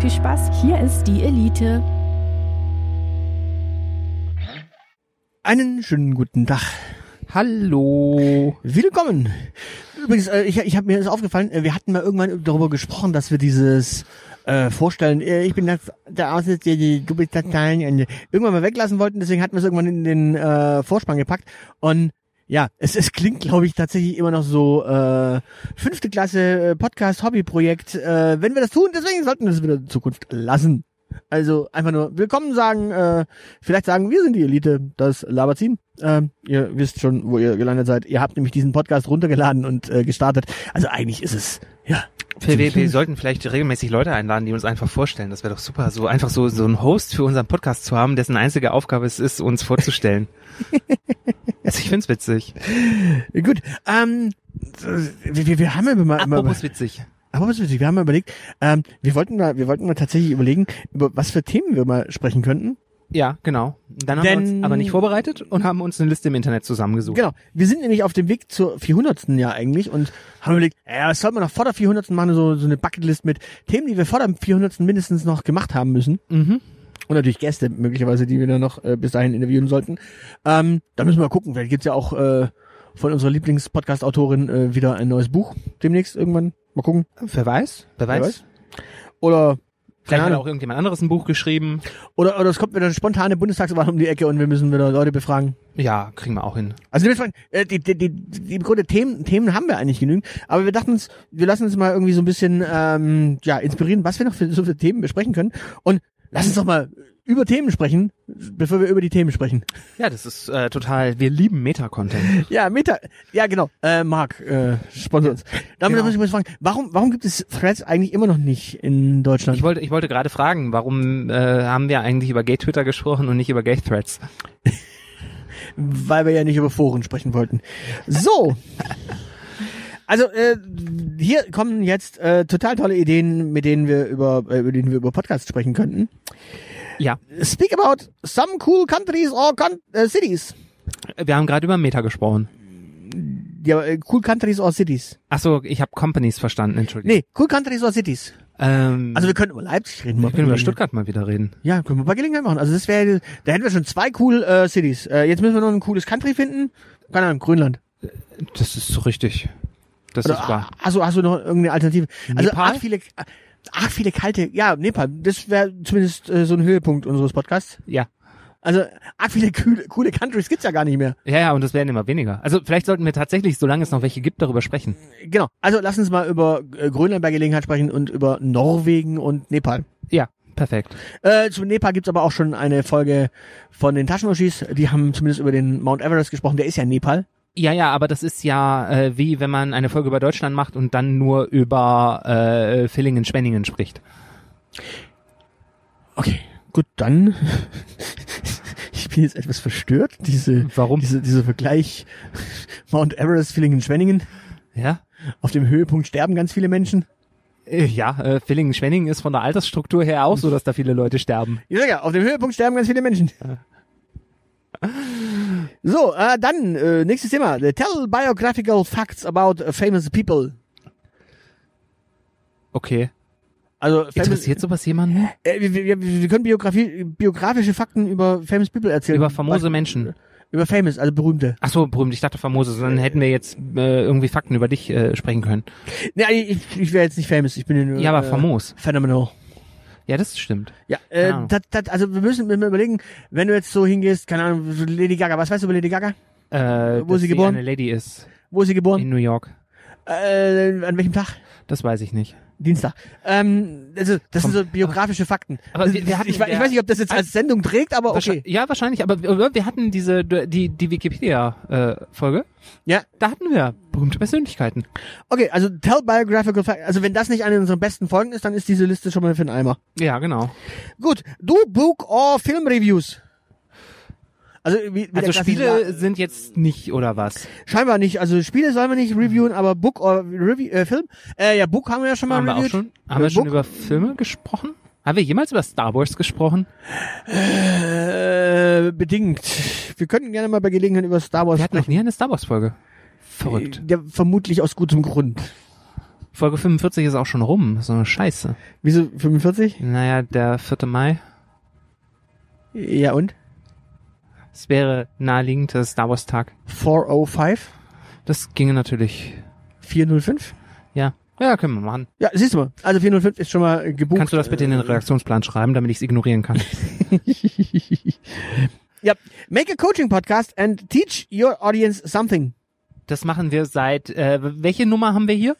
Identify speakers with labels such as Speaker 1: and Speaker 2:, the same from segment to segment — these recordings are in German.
Speaker 1: Viel Spaß, hier ist Die Elite.
Speaker 2: Einen schönen guten Tag.
Speaker 3: Hallo.
Speaker 2: Willkommen. Übrigens, äh, ich, ich habe mir ist aufgefallen, äh, wir hatten mal irgendwann darüber gesprochen, dass wir dieses äh, vorstellen, äh, ich bin das, der Aussitz, der die du bist Dateien und irgendwann mal weglassen wollten, deswegen hatten wir es irgendwann in den äh, Vorspann gepackt und ja, es, es klingt, glaube ich, tatsächlich immer noch so äh, fünfte Klasse äh, Podcast Hobbyprojekt. Äh, wenn wir das tun, deswegen sollten wir es wieder in Zukunft lassen. Also einfach nur willkommen sagen, äh, vielleicht sagen wir sind die Elite, das Labazin. Ähm, ihr wisst schon, wo ihr gelandet seid. Ihr habt nämlich diesen Podcast runtergeladen und äh, gestartet. Also eigentlich ist es, ja.
Speaker 3: Phil, wir, wir sollten vielleicht regelmäßig Leute einladen, die uns einfach vorstellen. Das wäre doch super, so einfach so, so einen Host für unseren Podcast zu haben, dessen einzige Aufgabe es ist, uns vorzustellen. also ich find's witzig.
Speaker 2: Gut. Ähm, wir, wir, wir haben ja immer, immer
Speaker 3: Apropos witzig.
Speaker 2: aber was witzig, wir haben mal überlegt, ähm, wir wollten mal, wir wollten mal tatsächlich überlegen, über was für Themen wir mal sprechen könnten.
Speaker 3: Ja, genau. Dann haben
Speaker 2: Denn-
Speaker 3: wir uns aber nicht vorbereitet und haben uns eine Liste im Internet zusammengesucht.
Speaker 2: Genau. Wir sind nämlich auf dem Weg zur 400. Jahr eigentlich und haben überlegt, äh, was soll man noch vor der 400. machen? So, so eine Bucketlist mit Themen, die wir vor der 400. mindestens noch gemacht haben müssen.
Speaker 3: Mhm.
Speaker 2: Und natürlich Gäste möglicherweise, die wir dann noch äh, bis dahin interviewen sollten. Ähm, da müssen wir mal gucken. Vielleicht gibt's ja auch äh, von unserer Lieblings-Podcast-Autorin äh, wieder ein neues Buch demnächst irgendwann. Mal gucken.
Speaker 3: Wer weiß? Wer weiß?
Speaker 2: Wer weiß? Oder
Speaker 3: Vielleicht hat
Speaker 2: Ahnung.
Speaker 3: auch irgendjemand anderes ein Buch geschrieben.
Speaker 2: Oder, oder es kommt wieder eine spontane Bundestagswahl um die Ecke und wir müssen wieder Leute befragen.
Speaker 3: Ja, kriegen wir auch hin.
Speaker 2: Also wir wollen- äh, die, die, die, die, im Grunde Themen, Themen haben wir eigentlich genügend, aber wir dachten uns, wir lassen uns mal irgendwie so ein bisschen ähm, ja, inspirieren, was wir noch für so viele Themen besprechen können. Und lass uns doch mal über Themen sprechen, bevor wir über die Themen sprechen.
Speaker 3: Ja, das ist äh, total. Wir lieben Meta-Content.
Speaker 2: Ja, Meta, ja genau, äh, Marc, äh, sponsor uns. Damit
Speaker 3: Genau.
Speaker 2: muss ich mal fragen, warum, warum gibt es Threads eigentlich immer noch nicht in Deutschland?
Speaker 3: Ich wollte, ich wollte gerade fragen, warum äh, haben wir eigentlich über Gay Twitter gesprochen und nicht über Gay Threads?
Speaker 2: weil wir ja nicht über Foren sprechen wollten. So. Also äh, hier kommen jetzt äh, total tolle Ideen, mit denen wir über äh, über denen wir über Podcasts sprechen könnten.
Speaker 3: Ja.
Speaker 2: Speak about some cool countries or con äh, cities.
Speaker 3: Wir haben gerade über Meta gesprochen.
Speaker 2: Ja, äh, cool countries or cities.
Speaker 3: Ach so, ich habe Companies verstanden, Entschuldigung.
Speaker 2: Nee, cool countries or cities.
Speaker 3: Ähm,
Speaker 2: Also wir können über Leipzig reden.
Speaker 3: wir können über Stuttgart mal wieder reden.
Speaker 2: Ja, können wir bei Gelegenheit machen. Also das wäre, da hätten wir schon zwei cool äh, Cities. Äh, jetzt müssen wir noch ein cooles Country finden. Keine Ahnung, Grönland.
Speaker 3: Das ist so richtig. Das
Speaker 2: Oder,
Speaker 3: ist wahr.
Speaker 2: Hast du, hast du noch irgendeine Alternative? Also
Speaker 3: Nepal?
Speaker 2: ach viele, ach viele kalte, ja, Nepal, das wäre zumindest äh, so ein Höhepunkt unseres Podcasts.
Speaker 3: Ja.
Speaker 2: Also ach viele coole, coole Countries gibt's ja gar nicht mehr.
Speaker 3: Ja, ja, und es werden immer weniger. Also vielleicht sollten wir tatsächlich, solange es noch welche gibt, darüber sprechen.
Speaker 2: Genau. Also lass uns mal über äh, Grönland bei Gelegenheit sprechen und über Norwegen und Nepal.
Speaker 3: Ja, perfekt.
Speaker 2: Äh, zu Nepal gibt's aber auch schon eine Folge von den Taschenoschis. Die haben zumindest über den Mount Everest gesprochen. Der ist ja in Nepal.
Speaker 3: Ja, ja, aber das ist ja äh, wie wenn man eine Folge über Deutschland macht und dann nur über äh, Villingen, Schwenningen spricht.
Speaker 2: Okay. Gut, dann. Ich bin jetzt etwas verstört, diese,
Speaker 3: Warum?
Speaker 2: diese, dieser Vergleich Mount Everest, Villingen, Schwenningen.
Speaker 3: Ja?
Speaker 2: Auf dem Höhepunkt sterben ganz viele Menschen.
Speaker 3: Äh, Ja, äh, Villingen, Schwenningen ist von der Altersstruktur her auch so, dass da viele Leute sterben.
Speaker 2: Ja, ja, auf dem Höhepunkt sterben ganz viele Menschen. So, äh, dann äh, nächstes Thema. Tell biographical facts about äh, famous people.
Speaker 3: Okay.
Speaker 2: Also famous,
Speaker 3: Interessiert sowas jemanden?
Speaker 2: äh, wir, wir, wir können Biografie, biografische Fakten über famous people erzählen.
Speaker 3: Über famose Menschen.
Speaker 2: Über famous, also berühmte.
Speaker 3: Ach so, berühmt. Ich dachte famose, dann hätten wir jetzt äh, irgendwie Fakten über dich äh, sprechen können.
Speaker 2: Nee, ich, ich wäre jetzt nicht famous. Ich bin ja nur
Speaker 3: Ja, aber
Speaker 2: äh,
Speaker 3: famos.
Speaker 2: Phenomenal.
Speaker 3: Ja, das stimmt.
Speaker 2: Ja, äh,
Speaker 3: Keine Ahnung.
Speaker 2: dat, dat, also wir müssen immer überlegen, wenn du jetzt so hingehst, keine Ahnung, Lady Gaga, was weißt du über Lady Gaga?
Speaker 3: Äh,
Speaker 2: Wo ist
Speaker 3: dass
Speaker 2: sie geboren?
Speaker 3: eine Lady ist.
Speaker 2: Wo ist sie geboren?
Speaker 3: In New York.
Speaker 2: Äh, an welchem Tag?
Speaker 3: Das weiß ich nicht.
Speaker 2: Dienstag. Ähm, also, das sind
Speaker 3: Komm,
Speaker 2: so biografische Fakten.
Speaker 3: aber
Speaker 2: Das-
Speaker 3: wir- wir hatten-
Speaker 2: ich, we- ich
Speaker 3: ja.
Speaker 2: weiß nicht, ob das jetzt als Sendung trägt, aber Oh, okay.
Speaker 3: Wahrscheinlich- Ja, wahrscheinlich. Aber äh, wir hatten diese die, die Wikipedia-Folge.
Speaker 2: Ja.
Speaker 3: Da hatten wir berühmte Persönlichkeiten.
Speaker 2: Okay, also tell biographical facts. Also wenn das nicht eine unserer besten Folgen ist, dann ist diese Liste schon mal für den Eimer.
Speaker 3: Ja, genau.
Speaker 2: Gut, du Book or Film Reviews. Also, wie, wie der
Speaker 3: Also Spiele
Speaker 2: Klassiker-
Speaker 3: sind jetzt nicht oder was?
Speaker 2: scheinbar nicht. Also Spiele sollen wir nicht reviewen, aber Book or Review, äh, Film. Äh, ja, Book haben wir ja schon mal
Speaker 3: Haben wir auch
Speaker 2: reviewed.
Speaker 3: schon? Haben wir
Speaker 2: Äh,
Speaker 3: schon
Speaker 2: Book?
Speaker 3: über Filme gesprochen? Haben wir jemals über Star Wars gesprochen?
Speaker 2: Äh, bedingt. Wir könnten gerne mal bei Gelegenheit über Star Wars
Speaker 3: Wir hatten noch
Speaker 2: sprechen.
Speaker 3: nie eine Star Wars-Folge. Verrückt.
Speaker 2: Ja, vermutlich aus gutem Grund.
Speaker 3: Folge 45 ist auch schon rum. So eine Scheiße.
Speaker 2: Wieso 45?
Speaker 3: Naja, der 4. Mai.
Speaker 2: Ja und?
Speaker 3: Es wäre naheliegend, der Star Wars-Tag.
Speaker 2: 405?
Speaker 3: Das ginge natürlich.
Speaker 2: 405?
Speaker 3: Ja. Ja, können wir machen.
Speaker 2: Ja, siehst du mal. Also 405 ist schon mal äh, gebucht.
Speaker 3: Kannst du das bitte in den
Speaker 2: Äh,
Speaker 3: Redaktionsplan schreiben, damit ich es ignorieren kann?
Speaker 2: Ja. Make a coaching podcast and teach your audience something.
Speaker 3: Das machen wir seit, äh, welche Nummer haben wir hier?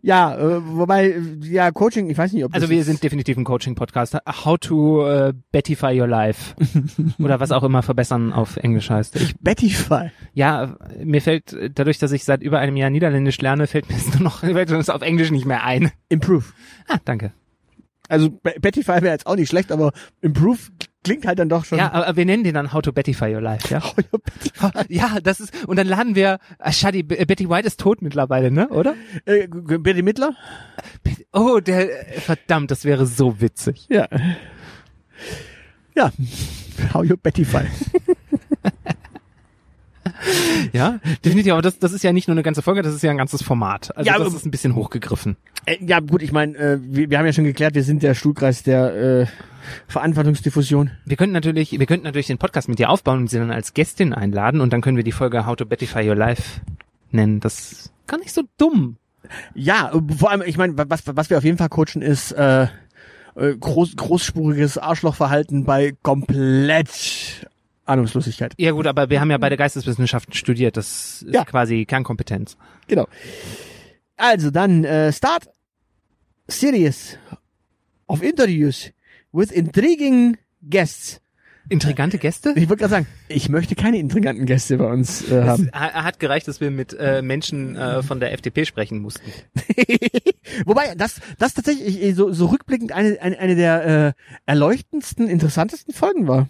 Speaker 2: Ja, äh, wobei, äh, ja, Coaching, ich weiß nicht, ob das
Speaker 3: Also wir sind definitiv ein Coaching-Podcast. How to äh, Bettify your life. Oder was auch immer verbessern auf Englisch heißt. Ich,
Speaker 2: Bettify.
Speaker 3: ja, mir fällt, dadurch, dass ich seit über einem Jahr Niederländisch lerne, fällt mir es nur noch, fällt mir das auf Englisch nicht mehr ein.
Speaker 2: Improve.
Speaker 3: Ah, danke.
Speaker 2: Also Be- Bettify wäre jetzt auch nicht schlecht, aber Improve klingt halt dann doch schon.
Speaker 3: Ja, aber wir nennen den dann How to Bettify your life, ja? Ja, das ist, und dann laden wir, ah, Shadi, B- äh, Betty White ist tot mittlerweile, ne, oder?
Speaker 2: äh, G- Betty Mittler?
Speaker 3: Oh, der, äh, verdammt, das wäre so witzig.
Speaker 2: Ja. Ja. How you Bettify.
Speaker 3: Ja, definitiv, aber das, das ist ja nicht nur eine ganze Folge, das ist ja ein ganzes Format. Also
Speaker 2: Ja, ähm,
Speaker 3: das
Speaker 2: aber-
Speaker 3: ist ein bisschen hochgegriffen.
Speaker 2: Äh, Ja, gut, ich meine, äh, wir, wir haben ja schon geklärt, wir sind der Stuhlkreis der äh, Verantwortungsdiffusion.
Speaker 3: Wir könnten natürlich, wir könnten natürlich den Podcast mit dir aufbauen und sie dann als Gästin einladen und dann können wir die Folge How to Bettify Your Life nennen. Das ist gar nicht so dumm.
Speaker 2: Ja, äh, vor allem, ich meine, was, was wir auf jeden Fall coachen, ist äh, äh, groß, großspuriges Arschlochverhalten bei komplett Ahnungslosigkeit.
Speaker 3: Ja gut, aber wir haben ja beide Geisteswissenschaften studiert. Das ist
Speaker 2: Ja.
Speaker 3: quasi Kernkompetenz.
Speaker 2: Genau. Also dann äh, Start Series of Interviews with intriguing guests.
Speaker 3: Intrigante Gäste?
Speaker 2: Ich wollte gerade sagen, ich möchte keine intriganten Gäste bei uns äh, haben.
Speaker 3: Es ha- hat gereicht, dass wir mit äh, Menschen äh, von der FDP sprechen mussten.
Speaker 2: Wobei, das, das tatsächlich äh, so, so rückblickend eine, eine, eine der äh, erleuchtendsten, interessantesten Folgen war.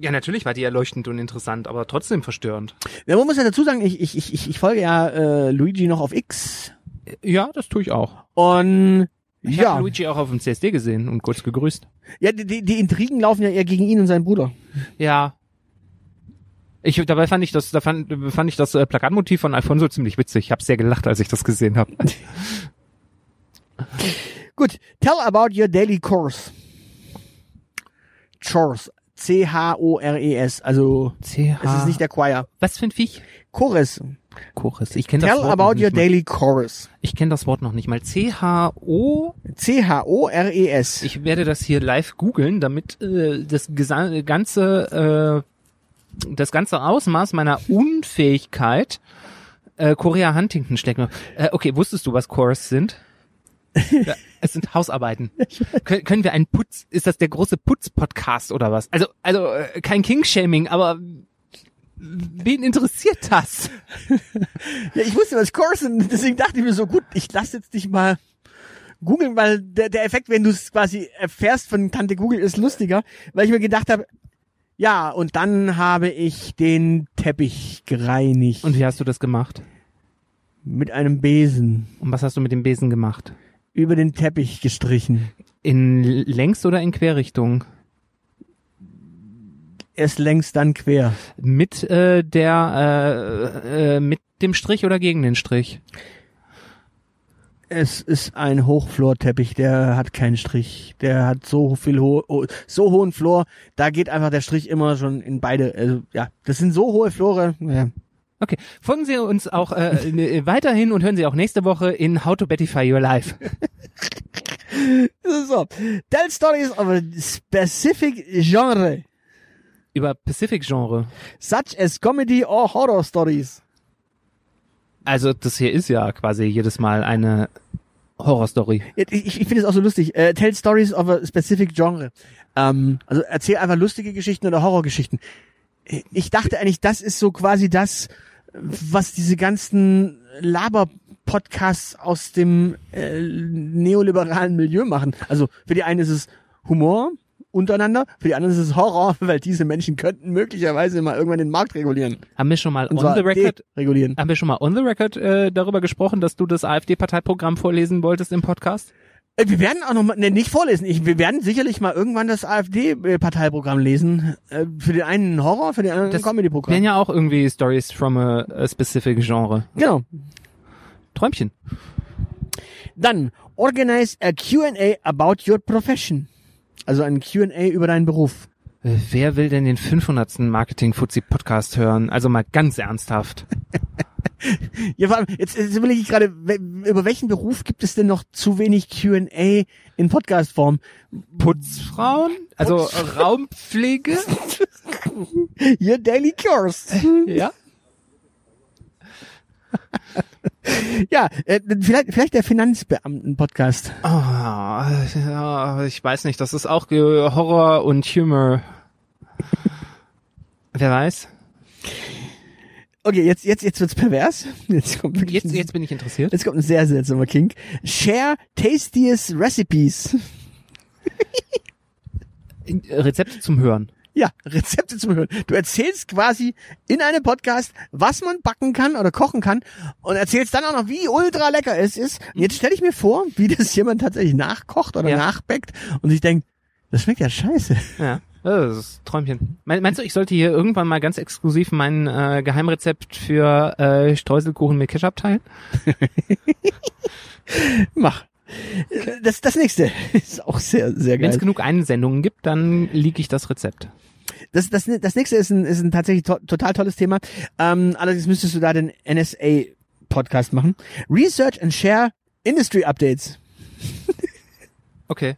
Speaker 3: Ja, natürlich war die erleuchtend und interessant, aber trotzdem verstörend.
Speaker 2: Ja, man muss ja dazu sagen, ich, ich, ich, ich- ich folge ja äh, Luigi noch auf X
Speaker 3: Ja, das tue ich auch.
Speaker 2: und
Speaker 3: Ich ja.
Speaker 2: ja,
Speaker 3: habe Luigi auch auf dem CSD gesehen und kurz gegrüßt.
Speaker 2: ja die, die- die Intrigen laufen ja eher gegen ihn und seinen Bruder.
Speaker 3: Ja. Ich, dabei fand ich das, da fand, fand ich das äh, Plakatmotiv von Alfonso ziemlich witzig. Ich habe sehr gelacht, als ich das gesehen habe.
Speaker 2: Gut, tell about your daily course. Chores. C-H-O-R-E-S. Also,
Speaker 3: CH.
Speaker 2: es ist nicht der Choir.
Speaker 3: Was für ein Viech?
Speaker 2: Chores.
Speaker 3: Chorus. Ich kenne das
Speaker 2: Tell
Speaker 3: Wort noch
Speaker 2: about your
Speaker 3: nicht mal.
Speaker 2: daily chorus.
Speaker 3: Ich kenne das Wort noch nicht mal. C-H-O.
Speaker 2: C-H-O-R-E-S.
Speaker 3: Ich werde das hier live googeln, damit äh, das gesa- ganze äh, das ganze Ausmaß meiner Unfähigkeit äh, Korea Huntington schlägt mir. Äh, okay, wusstest du, was Chores sind? ja, es sind Hausarbeiten. Kön können wir einen Putz? Ist das der große Putz-Podcast oder was? Also also äh, kein King-Shaming, aber wen interessiert das?
Speaker 2: Ja, ich wusste, was Chorus sind, deswegen dachte ich mir so, gut, ich lass jetzt dich mal googeln, weil der, der Effekt, wenn du es quasi erfährst von Tante Google, ist lustiger, weil ich mir gedacht habe, ja, und dann habe ich den Teppich gereinigt.
Speaker 3: Und wie hast du das gemacht?
Speaker 2: mit einem Besen
Speaker 3: Und was hast du mit dem Besen gemacht?
Speaker 2: über den Teppich gestrichen.
Speaker 3: In Längs- oder in Querrichtung?
Speaker 2: Erst längs, dann quer.
Speaker 3: Mit äh, der äh, äh, mit dem Strich oder gegen den Strich?
Speaker 2: Es ist ein Hochflorteppich, der hat keinen Strich. Der hat so viel ho ho- so hohen Flor, da geht einfach der Strich immer schon in beide. Also ja, das sind so hohe Flore. Ja.
Speaker 3: Okay, folgen Sie uns auch äh, ne- weiterhin und hören Sie auch nächste Woche in How to Bettify Your Life.
Speaker 2: So, tell stories of a specific genre.
Speaker 3: Über Pacific-Genre.
Speaker 2: Such as Comedy or Horror Stories.
Speaker 3: Also das hier ist ja quasi jedes Mal eine Horrorstory.
Speaker 2: Ja, Ich, ich finde es auch so lustig. Äh, tell stories of a specific genre. Ähm, also erzähl einfach lustige Geschichten oder Horrorgeschichten. Ich dachte eigentlich, das ist so quasi das, was diese ganzen Laber-Podcasts aus dem äh, neoliberalen Milieu machen. Also für die einen ist es Humor untereinander, für die anderen ist es Horror, weil diese Menschen könnten möglicherweise mal irgendwann den Markt regulieren.
Speaker 3: Haben wir schon mal
Speaker 2: Und
Speaker 3: on
Speaker 2: zwar
Speaker 3: the record,
Speaker 2: regulieren.
Speaker 3: haben wir schon mal on the record äh, darüber gesprochen, dass du das AfD-Parteiprogramm vorlesen wolltest im Podcast?
Speaker 2: Äh, Wir werden auch noch mal, ne, nicht vorlesen. Ich, wir werden sicherlich mal irgendwann das AfD-Parteiprogramm lesen. Äh, Für den einen ein Horror, für den anderen ein
Speaker 3: Das
Speaker 2: Comedy-Programm.
Speaker 3: Wären ja auch irgendwie Stories from a, a specific genre.
Speaker 2: Genau.
Speaker 3: Träumchen.
Speaker 2: Dann, organize a Q&A about your profession. Also ein Q&A über deinen Beruf.
Speaker 3: Äh, Wer will denn den 500. Marketing-Fuzzi-Podcast hören? Also mal ganz ernsthaft.
Speaker 2: Ja, vor allem, jetzt, jetzt überlege ich gerade, we- über welchen Beruf gibt es denn noch zu wenig Q&A in Podcast-Form?
Speaker 3: Putzfrauen? Also
Speaker 2: Putz-
Speaker 3: Raumpflege?
Speaker 2: Your Daily Curse.
Speaker 3: ja.
Speaker 2: ja, äh, vielleicht, vielleicht der Finanzbeamten-Podcast.
Speaker 3: Oh, ja, Ah, ich weiß nicht, das ist auch äh, Horror und Humor. Wer weiß?
Speaker 2: Okay, jetzt, jetzt, jetzt wird's pervers. Jetzt kommt wirklich
Speaker 3: Jetzt,
Speaker 2: ein-
Speaker 3: jetzt bin ich interessiert.
Speaker 2: Jetzt kommt ein sehr seltsamer Kink. Share tastiest recipes.
Speaker 3: äh, Rezepte zum Hören.
Speaker 2: Ja, Rezepte zum Hören. Du erzählst quasi in einem Podcast, was man backen kann oder kochen kann und erzählst dann auch noch, wie ultra lecker es ist. Und jetzt stelle ich mir vor, wie das jemand tatsächlich nachkocht oder
Speaker 3: Ja.
Speaker 2: nachbäckt und sich denkt, das schmeckt ja scheiße.
Speaker 3: Ja, das ist Träumchen. Me- Meinst du, ich sollte hier irgendwann mal ganz exklusiv mein äh, Geheimrezept für äh, Streuselkuchen mit Ketchup teilen?
Speaker 2: Mach. Das, das nächste ist auch sehr, sehr
Speaker 3: Wenn
Speaker 2: geil.
Speaker 3: es genug Einsendungen gibt, dann liege ich das Rezept.
Speaker 2: Das, das, das nächste ist ein, ist ein tatsächlich to total tolles Thema. Ähm, allerdings müsstest du da den NSA-Podcast machen. Research and Share Industry Updates.
Speaker 3: Okay.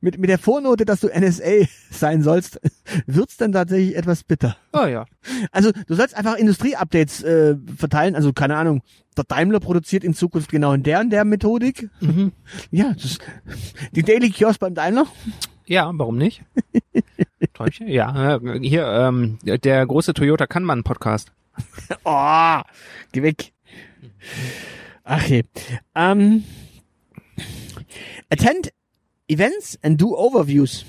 Speaker 2: Mit, mit der Vornote, dass du NSA sein sollst, wird's dann tatsächlich etwas bitter.
Speaker 3: Oh ja.
Speaker 2: Also du sollst einfach Industrie-Updates äh, verteilen. Also keine Ahnung, der Daimler produziert in Zukunft genau in der und der Methodik.
Speaker 3: Mhm.
Speaker 2: Ja, das, die Daily Kiosk beim Daimler.
Speaker 3: Ja, warum nicht? Träumchen? Ja, äh, hier, ähm, der große Toyota Kanban Podcast.
Speaker 2: Oh, geh weg. Ach je. Ähm, attend Events and do Overviews.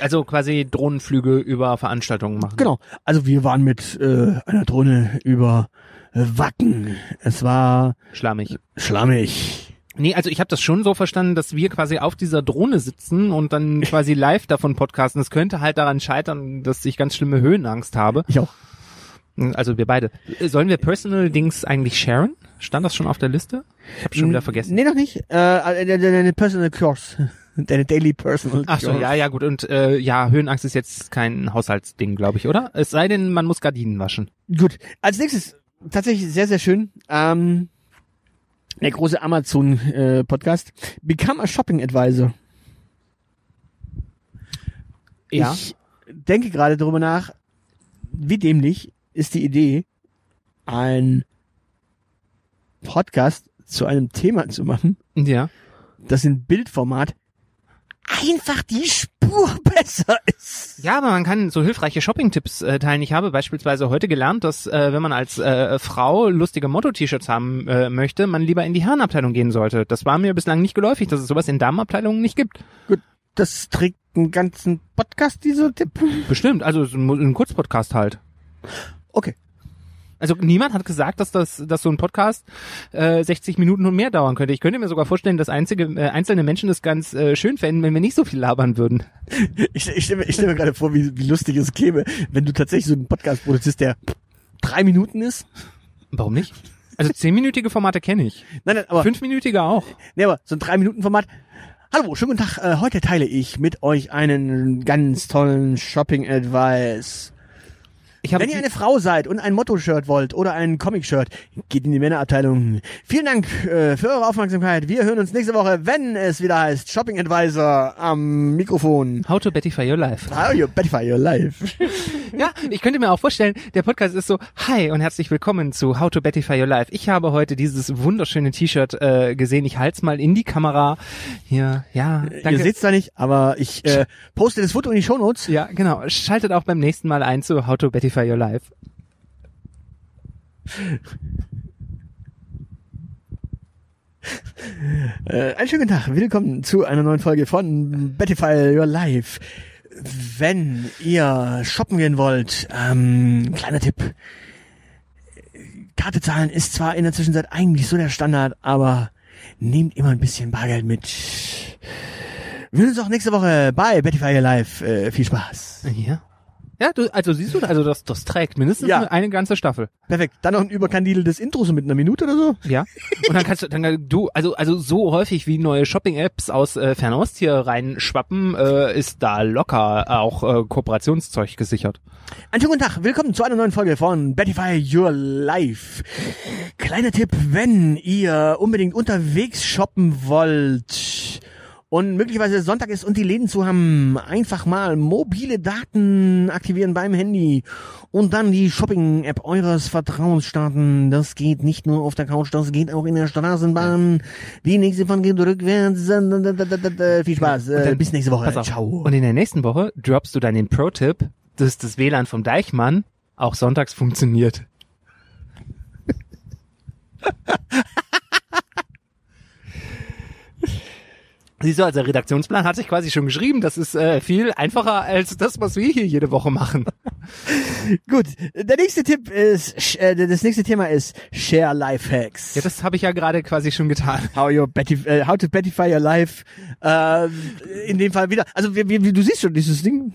Speaker 3: Also quasi Drohnenflüge über Veranstaltungen machen.
Speaker 2: Genau. Also wir waren mit äh, einer Drohne über äh, Wacken. Es war
Speaker 3: Schlammig.
Speaker 2: schlammig.
Speaker 3: Nee, also ich habe das schon so verstanden, dass wir quasi auf dieser Drohne sitzen und dann quasi live davon podcasten. Es könnte halt daran scheitern, dass ich ganz schlimme Höhenangst habe.
Speaker 2: Ich auch.
Speaker 3: Also wir beide. Sollen wir Personal Dings eigentlich sharen? Stand das schon auf der Liste? Ich habe schon wieder vergessen.
Speaker 2: Nee, noch nicht. Äh, äh, deine- deine Personal Course. Deine Daily Personal
Speaker 3: Ach so,
Speaker 2: Course.
Speaker 3: ja, ja, gut. Und äh, ja, Höhenangst ist jetzt kein Haushaltsding, glaube ich, oder? Es sei denn, man muss Gardinen waschen.
Speaker 2: Gut. Als nächstes, tatsächlich sehr, sehr schön. Ähm, der große Amazon-Podcast. Become a Shopping Advisor.
Speaker 3: Ja.
Speaker 2: Ich denke gerade darüber nach, wie dämlich ist die Idee, einen Podcast zu einem Thema zu machen,
Speaker 3: ja.
Speaker 2: das in Bildformat einfach die Spur besser ist.
Speaker 3: Ja, aber man kann so hilfreiche Shopping-Tipps äh, teilen. Ich habe beispielsweise heute gelernt, dass äh, wenn man als äh, Frau lustige Motto-T-Shirts haben äh, möchte, man lieber in die Herrenabteilung gehen sollte. Das war mir bislang nicht geläufig, dass es sowas in Damenabteilungen nicht gibt.
Speaker 2: Das trägt einen ganzen Podcast, dieser Tipp.
Speaker 3: Bestimmt, also so ein, ein Kurzpodcast halt.
Speaker 2: Okay.
Speaker 3: Also niemand hat gesagt, dass das, dass so ein Podcast äh, 60 Minuten und mehr dauern könnte. Ich könnte mir sogar vorstellen, dass einzige, äh, einzelne Menschen das ganz äh, schön fänden, wenn wir nicht so viel labern würden.
Speaker 2: Ich, ich stelle mir, ich stell mir gerade vor, wie, wie lustig es käme, wenn du tatsächlich so einen Podcast produzierst, der drei Minuten ist.
Speaker 3: Warum nicht? Also zehnminütige Formate kenne ich.
Speaker 2: Nein, nein, aber
Speaker 3: Fünfminütige auch.
Speaker 2: Nee, aber so ein drei Minuten Format. Hallo, schönen guten Tag. Äh, heute teile ich mit euch einen ganz tollen Shopping Advice.
Speaker 3: Ich habe
Speaker 2: Wenn ihr eine Frau seid und ein Motto-Shirt wollt oder ein Comic-Shirt, geht in die Männerabteilung. Vielen Dank äh, für eure Aufmerksamkeit. Wir hören uns nächste Woche, wenn es wieder heißt Shopping Advisor am Mikrofon.
Speaker 3: How to Bettify Your Life.
Speaker 2: How you better your life.
Speaker 3: Ja, ich könnte mir auch vorstellen, der Podcast ist so, hi und herzlich willkommen zu How to Bettify Your Life. Ich habe heute dieses wunderschöne T-Shirt äh, gesehen. Ich halte es mal in die Kamera. Hier, ja, danke.
Speaker 2: Ihr seht's da nicht, aber ich äh, poste das Foto in die Shownotes.
Speaker 3: ja, genau. Schaltet auch beim nächsten Mal ein zu How to Bettify Your Life.
Speaker 2: Äh, einen schönen Tag. Willkommen zu einer neuen Folge von Bettify Your Life. Wenn ihr shoppen gehen wollt, ähm, kleiner Tipp. Karte zahlen ist zwar in der Zwischenzeit eigentlich so der Standard, aber nehmt immer ein bisschen Bargeld mit. Wir sehen uns auch nächste Woche bei Bettify Your Life. Äh, viel Spaß.
Speaker 3: Ja. Ja, du, also siehst du, also das, das trägt mindestens
Speaker 2: Ja.
Speaker 3: eine ganze Staffel.
Speaker 2: Perfekt. Dann noch ein Überkandidel des Intros mit einer Minute oder so.
Speaker 3: Ja. Und dann kannst du, dann du, also also so häufig wie neue Shopping-Apps aus äh, Fernost hier reinschwappen, äh, ist da locker auch äh, Kooperationszeug gesichert.
Speaker 2: Einen schönen guten Tag, willkommen zu einer neuen Folge von Bettify Your Life. Kleiner Tipp, wenn ihr unbedingt unterwegs shoppen wollt und möglicherweise Sonntag ist und die Läden zu haben, einfach mal mobile Daten aktivieren beim Handy und dann die Shopping-App eures Vertrauens starten. Das geht nicht nur auf der Couch, das geht auch in der Straßenbahn. Die nächste Folge geht rückwärts. Viel Spaß,
Speaker 3: Und dann-
Speaker 2: äh, bis nächste Woche.
Speaker 3: Pass auf.
Speaker 2: Ciao.
Speaker 3: Und in der nächsten Woche droppst du dann den Pro-Tipp, dass das WLAN vom Deichmann auch sonntags funktioniert. Siehst du, also der Redaktionsplan hat sich quasi schon geschrieben. Das ist äh, viel einfacher als das, was wir hier jede Woche machen.
Speaker 2: Gut, der nächste Tipp ist, sh- äh, das nächste Thema ist Share Life Hacks.
Speaker 3: Ja, das habe ich ja gerade quasi schon getan.
Speaker 2: how, your Betty, äh, how to Bettify your life. Äh, in dem Fall wieder. Also wie, wie, wie- du siehst schon dieses Ding.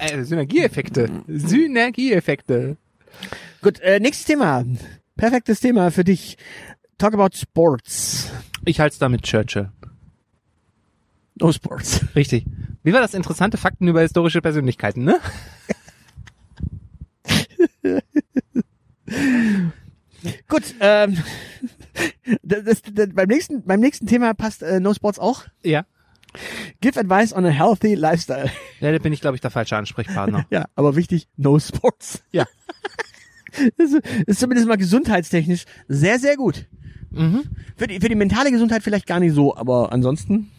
Speaker 3: Äh, Synergieeffekte. Synergieeffekte.
Speaker 2: Gut, äh, nächstes Thema. Perfektes Thema für dich. Talk about Sports.
Speaker 3: Ich halte es damit Churchill.
Speaker 2: No Sports.
Speaker 3: Richtig. Wie war das interessante Fakten über historische Persönlichkeiten, ne?
Speaker 2: Gut, ähm, das, das, das, beim, nächsten, beim nächsten Thema passt äh, No Sports auch.
Speaker 3: Ja.
Speaker 2: Give advice on a healthy lifestyle.
Speaker 3: Ja, da bin ich, glaube ich, der falsche Ansprechpartner.
Speaker 2: Ja, aber wichtig, no sports.
Speaker 3: Ja.
Speaker 2: Das ist, ist zumindest mal gesundheitstechnisch sehr, sehr gut.
Speaker 3: Mhm.
Speaker 2: Für die, für die mentale Gesundheit vielleicht gar nicht so, aber ansonsten.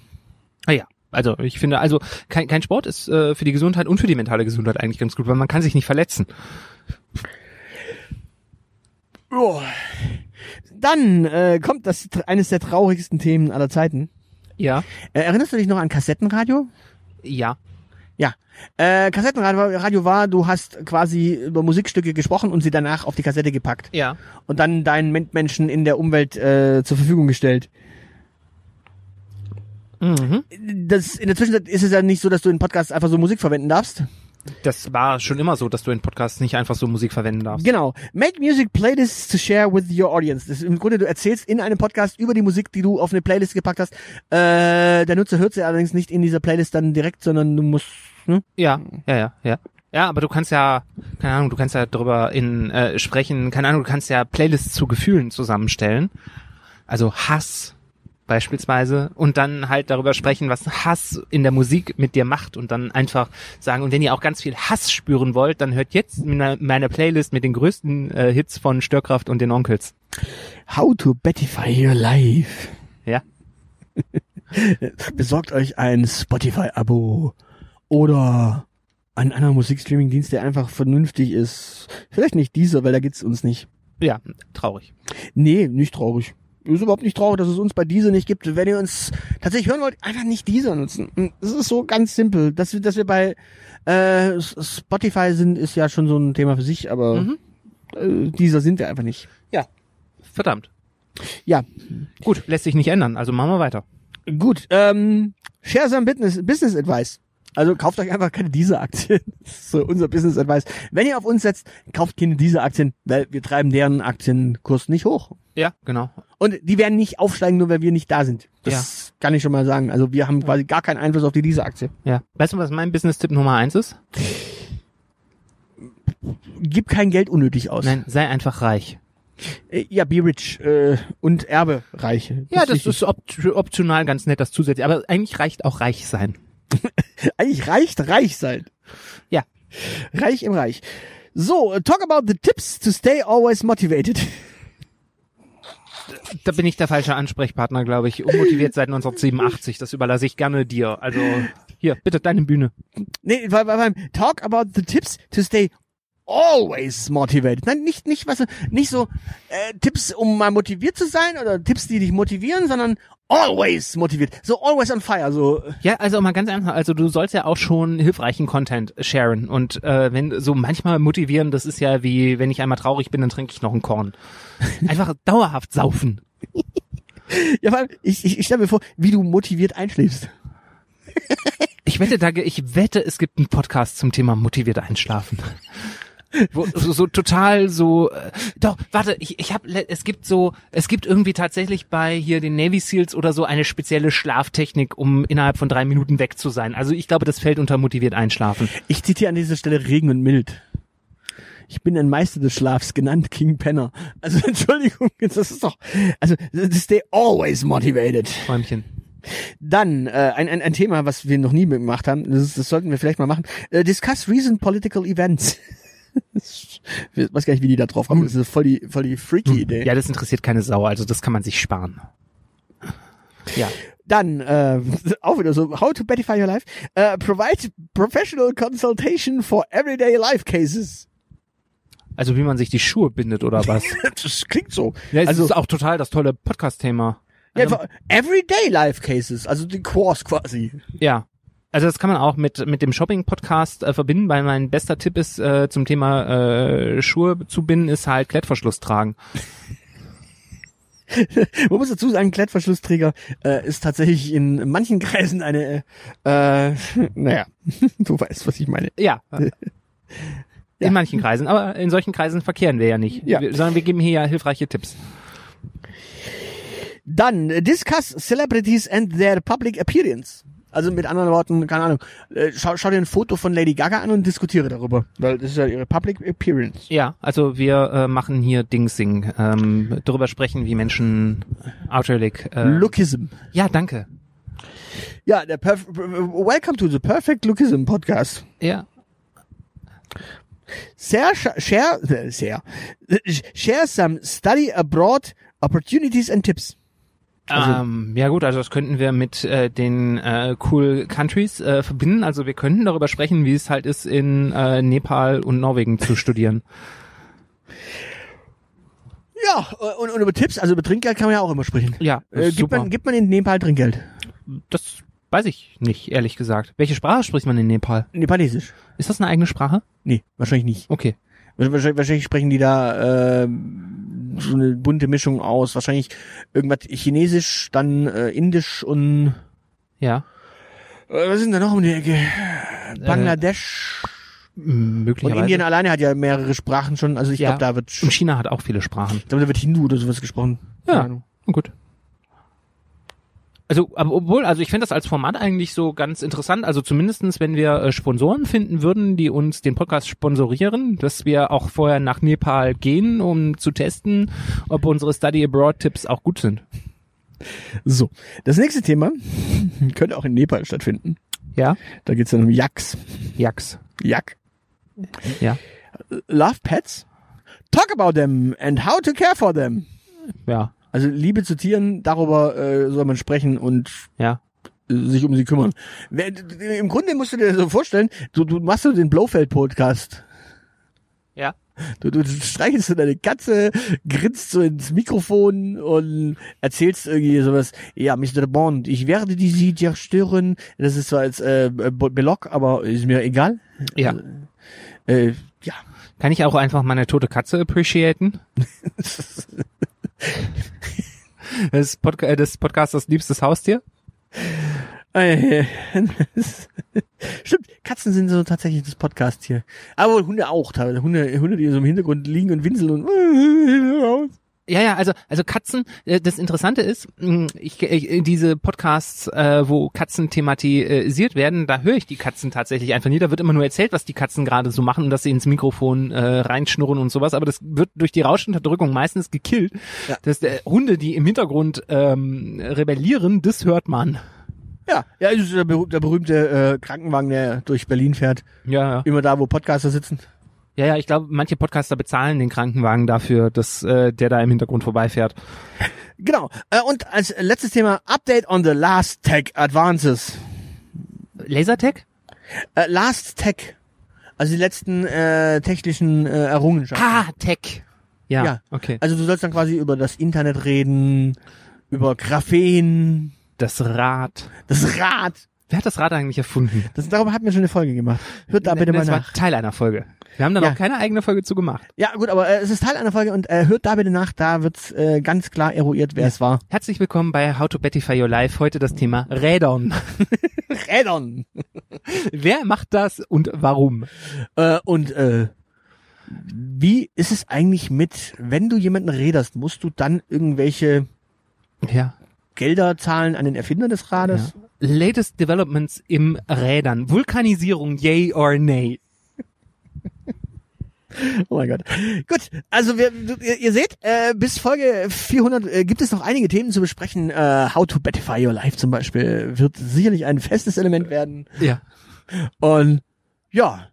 Speaker 3: Ah ja. Also ich finde, also kein, kein Sport ist äh, für die Gesundheit und für die mentale Gesundheit eigentlich ganz gut, weil man kann sich nicht verletzen.
Speaker 2: Ja. Dann äh, kommt das eines der traurigsten Themen aller Zeiten.
Speaker 3: Ja.
Speaker 2: Äh, erinnerst du dich noch an Kassettenradio?
Speaker 3: Ja.
Speaker 2: Ja. Äh, Kassettenradio Radio war, du hast quasi über Musikstücke gesprochen und sie danach auf die Kassette gepackt
Speaker 3: Ja.
Speaker 2: und dann deinen Mitmenschen in der Umwelt äh, zur Verfügung gestellt.
Speaker 3: Mhm.
Speaker 2: Das, in der Zwischenzeit ist es ja nicht so, dass du in Podcasts einfach so Musik verwenden darfst.
Speaker 3: Das war schon immer so, dass du in Podcasts nicht einfach so Musik verwenden darfst.
Speaker 2: Genau. Make music playlists to share with your audience. Das ist im Grunde, du erzählst in einem Podcast über die Musik, die du auf eine Playlist gepackt hast. Äh, der Nutzer hört sie allerdings nicht in dieser Playlist dann direkt, sondern du musst. Ne?
Speaker 3: Ja, ja, ja, ja. Ja, aber du kannst ja, keine Ahnung, du kannst ja darüber in äh, sprechen, keine Ahnung, du kannst ja Playlists zu Gefühlen zusammenstellen. Also Hass beispielsweise und dann halt darüber sprechen, was Hass in der Musik mit dir macht und dann einfach sagen, und wenn ihr auch ganz viel Hass spüren wollt, dann hört jetzt meine, meine Playlist mit den größten äh, Hits von Störkraft und den Onkels.
Speaker 2: How to Bettify your life.
Speaker 3: Ja.
Speaker 2: Besorgt euch ein Spotify-Abo oder einen anderen Musikstreaming-Dienst, der einfach vernünftig ist. Vielleicht nicht dieser, weil da geht's uns nicht.
Speaker 3: Ja, traurig.
Speaker 2: Nee, nicht traurig. Ist überhaupt nicht traurig, dass es uns bei dieser nicht gibt. Wenn ihr uns tatsächlich hören wollt, einfach nicht dieser nutzen. Es ist so ganz simpel. Dass wir, dass wir bei äh, S- Spotify sind, ist ja schon so ein Thema für sich, aber
Speaker 3: Mhm.
Speaker 2: äh, dieser sind wir einfach nicht.
Speaker 3: Verdammt.
Speaker 2: Ja,
Speaker 3: Gut, lässt sich nicht ändern, also machen wir weiter.
Speaker 2: gut. Ähm, share some business, business Advice. Also kauft euch einfach keine dieser Aktien. Das ist so unser Business Advice. Wenn ihr auf uns setzt, kauft keine dieser Aktien, weil wir treiben deren Aktienkurs nicht hoch.
Speaker 3: Ja, genau.
Speaker 2: Und die werden nicht aufsteigen, nur weil wir nicht da sind. Das kann ich schon mal sagen. Also wir haben quasi gar keinen Einfluss auf die Lisa-Aktie.
Speaker 3: Ja. Weißt du, was mein Business-Tipp Nummer eins ist?
Speaker 2: gib kein Geld unnötig aus.
Speaker 3: Nein, sei einfach reich.
Speaker 2: Äh, Ja, be rich äh, und erbe reich.
Speaker 3: Ja, das
Speaker 2: wichtig.
Speaker 3: ist opt optional ganz nett, das zusätzlich. Aber eigentlich reicht auch reich sein.
Speaker 2: Eigentlich reicht reich sein.
Speaker 3: Ja.
Speaker 2: Reich im Reich. So, äh, talk about the tips to stay always motivated.
Speaker 3: Da bin ich der falsche Ansprechpartner, glaube ich. Unmotiviert seit 1987. Das überlasse ich gerne dir. Also hier, bitte deine Bühne.
Speaker 2: Nee, bei, bei, beim Talk about the tips to stay always motivated. Nein, nicht, nicht, was, nicht so äh, Tipps, um mal motiviert zu sein oder Tipps, die dich motivieren, sondern always motiviert. So always on fire. So äh,
Speaker 3: Ja, also mal ganz einfach. Also du sollst ja auch schon hilfreichen Content sharen. Und äh, wenn so manchmal motivieren, das ist ja wie, wenn ich einmal traurig bin, dann trinke ich noch einen Korn. Einfach dauerhaft saufen.
Speaker 2: ja, vor allem, ich, ich, ich stelle mir vor, wie du motiviert einschläfst.
Speaker 3: Ich wette, da, ich wette, es gibt einen Podcast zum Thema motiviert einschlafen. Wo, so, so total so äh, doch warte ich ich habe es gibt so es gibt irgendwie tatsächlich bei hier den Navy Seals oder so eine spezielle Schlaftechnik um innerhalb von drei Minuten weg zu sein also ich glaube das fällt unter motiviert einschlafen
Speaker 2: Ich zitiere an dieser Stelle Regen und Mild. Ich bin ein Meister des Schlafs, genannt King Penner. Also Entschuldigung, das ist doch. Also stay always motivated.
Speaker 3: Träumchen
Speaker 2: Dann äh, ein, ein, ein Thema, was wir noch nie gemacht haben, das, ist, das sollten wir vielleicht mal machen. Äh, discuss recent political events. ich weiß gar nicht, wie die da drauf kommen. Das ist voll die, voll die freaky Idee.
Speaker 3: Hm. ja das interessiert keine Sau also das kann man sich sparen ja
Speaker 2: Dann äh, auch wieder so How to Bettify Your Life. Äh, provide professional consultation for everyday life cases.
Speaker 3: also wie man sich die Schuhe bindet oder was
Speaker 2: Das klingt so.
Speaker 3: ja, es
Speaker 2: also
Speaker 3: ist auch total das tolle Podcast Thema
Speaker 2: ja, for everyday life cases, also die Quors quasi.
Speaker 3: Ja. Also das kann man auch mit mit dem Shopping Podcast äh, verbinden, weil mein bester Tipp ist äh, zum Thema äh, Schuhe zu binden ist halt Klettverschluss tragen.
Speaker 2: Man muss dazu sagen, Klettverschlussträger äh, ist tatsächlich in manchen Kreisen eine, äh, naja, du weißt, was ich meine.
Speaker 3: Ja. In manchen Kreisen, aber in solchen Kreisen verkehren wir ja nicht,
Speaker 2: Ja.
Speaker 3: Wir, sondern wir geben hier ja hilfreiche Tipps.
Speaker 2: Dann äh, discuss celebrities and their public appearance. Also mit anderen Worten, keine Ahnung, äh, schau, schau dir ein Foto von Lady Gaga an und diskutiere darüber, weil das ist ja ihre public appearance.
Speaker 3: Ja, also wir äh, machen hier Dingsing, ähm, darüber sprechen, wie Menschen outwardly. Äh,
Speaker 2: Lookism.
Speaker 3: Ja, danke.
Speaker 2: Ja, der Perf Welcome to the Perfect Lookism Podcast.
Speaker 3: Ja.
Speaker 2: Share, share, äh, share, share some study abroad opportunities and tips. Also-
Speaker 3: ähm, ja gut, also das könnten wir mit äh, den äh, Cool Countries äh, verbinden. Also wir könnten darüber sprechen, wie es halt ist, in äh, Nepal und Norwegen zu studieren.
Speaker 2: Ja, und, und über Tipps, also über Trinkgeld kann man ja auch immer sprechen.
Speaker 3: Ja,
Speaker 2: Äh, gibt,
Speaker 3: super.
Speaker 2: man, gibt man in Nepal Trinkgeld?
Speaker 3: das weiß ich nicht, ehrlich gesagt. Welche Sprache spricht man in Nepal?
Speaker 2: Nepalesisch?
Speaker 3: Ist das eine eigene Sprache?
Speaker 2: Nee, wahrscheinlich nicht.
Speaker 3: Okay.
Speaker 2: Wahrscheinlich, wahrscheinlich sprechen die da äh, so eine bunte Mischung aus. Wahrscheinlich irgendwas Chinesisch, dann äh, Indisch und
Speaker 3: Ja.
Speaker 2: äh, was sind da noch um die Ecke?
Speaker 3: Äh,
Speaker 2: Bangladesch
Speaker 3: M-
Speaker 2: und
Speaker 3: Möglicherweise.
Speaker 2: Indien alleine hat ja mehrere Sprachen schon. Also ich
Speaker 3: Ja.
Speaker 2: glaube, da wird
Speaker 3: und
Speaker 2: ich
Speaker 3: China hat auch viele Sprachen.
Speaker 2: glaub, da wird Hindu oder sowas gesprochen. Keine
Speaker 3: Ja,
Speaker 2: Ahnung.
Speaker 3: gut. Also, aber obwohl, also ich finde das als Format eigentlich so ganz interessant. Also zumindestens, wenn wir äh, Sponsoren finden würden, die uns den Podcast sponsorieren, dass wir auch vorher nach Nepal gehen, um zu testen, ob unsere Study Abroad Tipps auch gut sind.
Speaker 2: So, das nächste Thema könnte auch in Nepal stattfinden.
Speaker 3: Ja?
Speaker 2: Da geht's dann um Yaks.
Speaker 3: Jax.
Speaker 2: Yak.
Speaker 3: Ja.
Speaker 2: Love pets. Talk about them and how to care for them.
Speaker 3: Ja.
Speaker 2: Also Liebe zu Tieren, darüber äh, soll man sprechen und
Speaker 3: Ja.
Speaker 2: sich um sie kümmern. Wer- Im Grunde musst du dir so vorstellen, du, du machst so den Blofeld-Podcast.
Speaker 3: Ja.
Speaker 2: Du, du streichelst so deine Katze, grinst so ins Mikrofon und erzählst irgendwie sowas. Ja, Mr. Bond, ich werde die Sie zerstören. Das ist zwar als äh, Be- Belock, aber ist mir egal.
Speaker 3: Ja.
Speaker 2: Äh, ja.
Speaker 3: Kann ich auch einfach meine tote Katze appreciaten? Das, Podca äh, das Podcast das liebstes Haustier?
Speaker 2: Äh, Stimmt, Katzen sind so tatsächlich das Podcast hier. Aber Hunde auch teilweise. Hunde, Hunde, die so im Hintergrund liegen und winseln und
Speaker 3: Ja, ja, also also Katzen, äh, das Interessante ist, mh, ich, äh, ich diese Podcasts, äh, wo Katzen thematisiert werden, da höre ich die Katzen tatsächlich einfach nie. Da wird immer nur erzählt, was die Katzen gerade so machen und dass sie ins Mikrofon äh, reinschnurren und sowas, aber das wird durch die Rauschunterdrückung meistens gekillt.
Speaker 2: Ja.
Speaker 3: Das äh, Hunde, die im Hintergrund ähm, rebellieren, das hört man.
Speaker 2: Ja, ja, es ist der, berüh- der berühmte äh, Krankenwagen, der durch Berlin fährt.
Speaker 3: Ja, ja.
Speaker 2: Immer da, wo Podcaster sitzen.
Speaker 3: Ja, ja, ich glaube, manche Podcaster bezahlen den Krankenwagen dafür, dass äh, der da im Hintergrund vorbeifährt.
Speaker 2: Genau. Äh, und als letztes Thema Update on the Last Tech Advances.
Speaker 3: Lasertag?
Speaker 2: Äh, Last Tech. Also die letzten äh, technischen äh, Errungenschaften.
Speaker 3: Ah, Tech. Ja,
Speaker 2: Ja.
Speaker 3: okay.
Speaker 2: Also du sollst dann quasi über das Internet reden, über Graphen,
Speaker 3: Das Rad.
Speaker 2: das Rad.
Speaker 3: Wer hat das Rad eigentlich erfunden?
Speaker 2: Das, darüber hatten wir schon eine Folge gemacht. Hört da bitte mal
Speaker 3: das war
Speaker 2: nach.
Speaker 3: Teil einer Folge. Wir haben da
Speaker 2: Ja.
Speaker 3: noch keine eigene Folge zu gemacht.
Speaker 2: Ja gut, aber äh, es ist Teil einer Folge und äh, hört da bitte nach, da wird's äh, ganz klar eruiert, wer es war.
Speaker 3: Herzlich willkommen bei How to Bettify Your Life. Heute das Thema Rädern.
Speaker 2: Rädern.
Speaker 3: Wer macht das und warum?
Speaker 2: Äh, und äh, wie ist es eigentlich mit, wenn du jemanden räderst, musst du dann irgendwelche
Speaker 3: Ja.
Speaker 2: Gelder zahlen an den Erfinder des Rades?
Speaker 3: ja. Latest Developments im Rädern. Vulkanisierung, yay or nay?
Speaker 2: Oh mein Gott. Gut, also wir, du- ihr, ihr seht, äh, bis Folge 400 äh, gibt es noch einige Themen zu besprechen. Äh, How to Bettify Your Life zum Beispiel wird sicherlich ein festes Element werden.
Speaker 3: Ja.
Speaker 2: Und ja,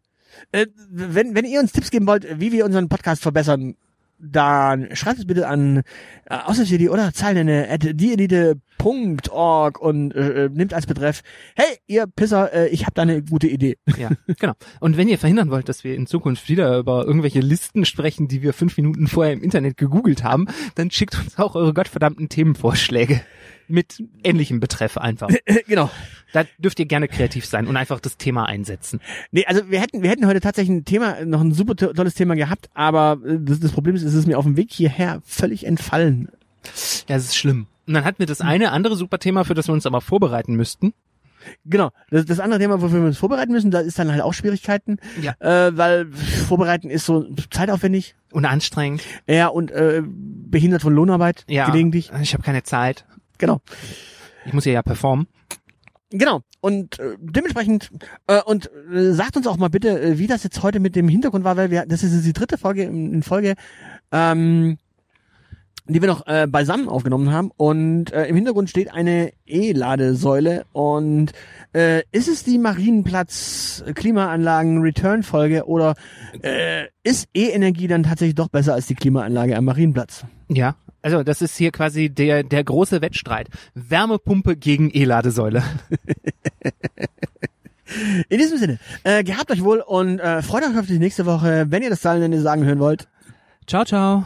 Speaker 2: äh, wenn, wenn ihr uns Tipps geben wollt, wie wir unseren Podcast verbessern, dann schreibt es bitte an äh, Aushilfs.de oder Zeilnenne at dieelite.org und äh, äh, nimmt als Betreff, hey, ihr Pisser, äh, ich habe da eine gute Idee.
Speaker 3: Ja, genau. Und wenn ihr verhindern wollt, dass wir in Zukunft wieder über irgendwelche Listen sprechen, die wir fünf Minuten vorher im Internet gegoogelt haben, dann schickt uns auch eure gottverdammten Themenvorschläge. Mit ähnlichem Betreff einfach.
Speaker 2: genau.
Speaker 3: Da dürft ihr gerne kreativ sein und einfach das Thema einsetzen.
Speaker 2: Nee, also wir hätten, wir hätten heute tatsächlich ein Thema, noch ein super to- tolles Thema gehabt, aber äh, das, das Problem ist, es ist mir auf dem Weg hierher völlig entfallen.
Speaker 3: Ja, es ist schlimm. Und dann hatten wir das eine andere super Thema, für das wir uns aber vorbereiten müssten.
Speaker 2: Genau. Das, das andere Thema, wofür wir uns vorbereiten müssen, da ist dann halt auch Schwierigkeiten,
Speaker 3: Ja.
Speaker 2: äh, weil vorbereiten ist so zeitaufwendig.
Speaker 3: Und anstrengend.
Speaker 2: Ja, und äh, behindert von Lohnarbeit
Speaker 3: Ja.
Speaker 2: gelegentlich.
Speaker 3: Ich habe keine Zeit.
Speaker 2: Genau.
Speaker 3: Ich muss hier ja performen.
Speaker 2: Genau. Und äh, dementsprechend äh, und äh, sagt uns auch mal bitte, äh, wie das jetzt heute mit dem Hintergrund war, weil wir das ist jetzt die dritte Folge in, in Folge, ähm, die wir noch äh, beisammen aufgenommen haben und äh, im Hintergrund steht eine E-Ladesäule und äh, ist es die Marienplatz Klimaanlagen Return Folge oder äh, ist E-Energie dann tatsächlich doch besser als die Klimaanlage am Marienplatz?
Speaker 3: Ja. Also das ist hier quasi der, der große Wettstreit. Wärmepumpe gegen E-Ladesäule.
Speaker 2: In diesem Sinne, äh, gehabt euch wohl und äh, freut euch auf die nächste Woche, wenn ihr das Zahlenende sagen hören wollt.
Speaker 3: Ciao, ciao.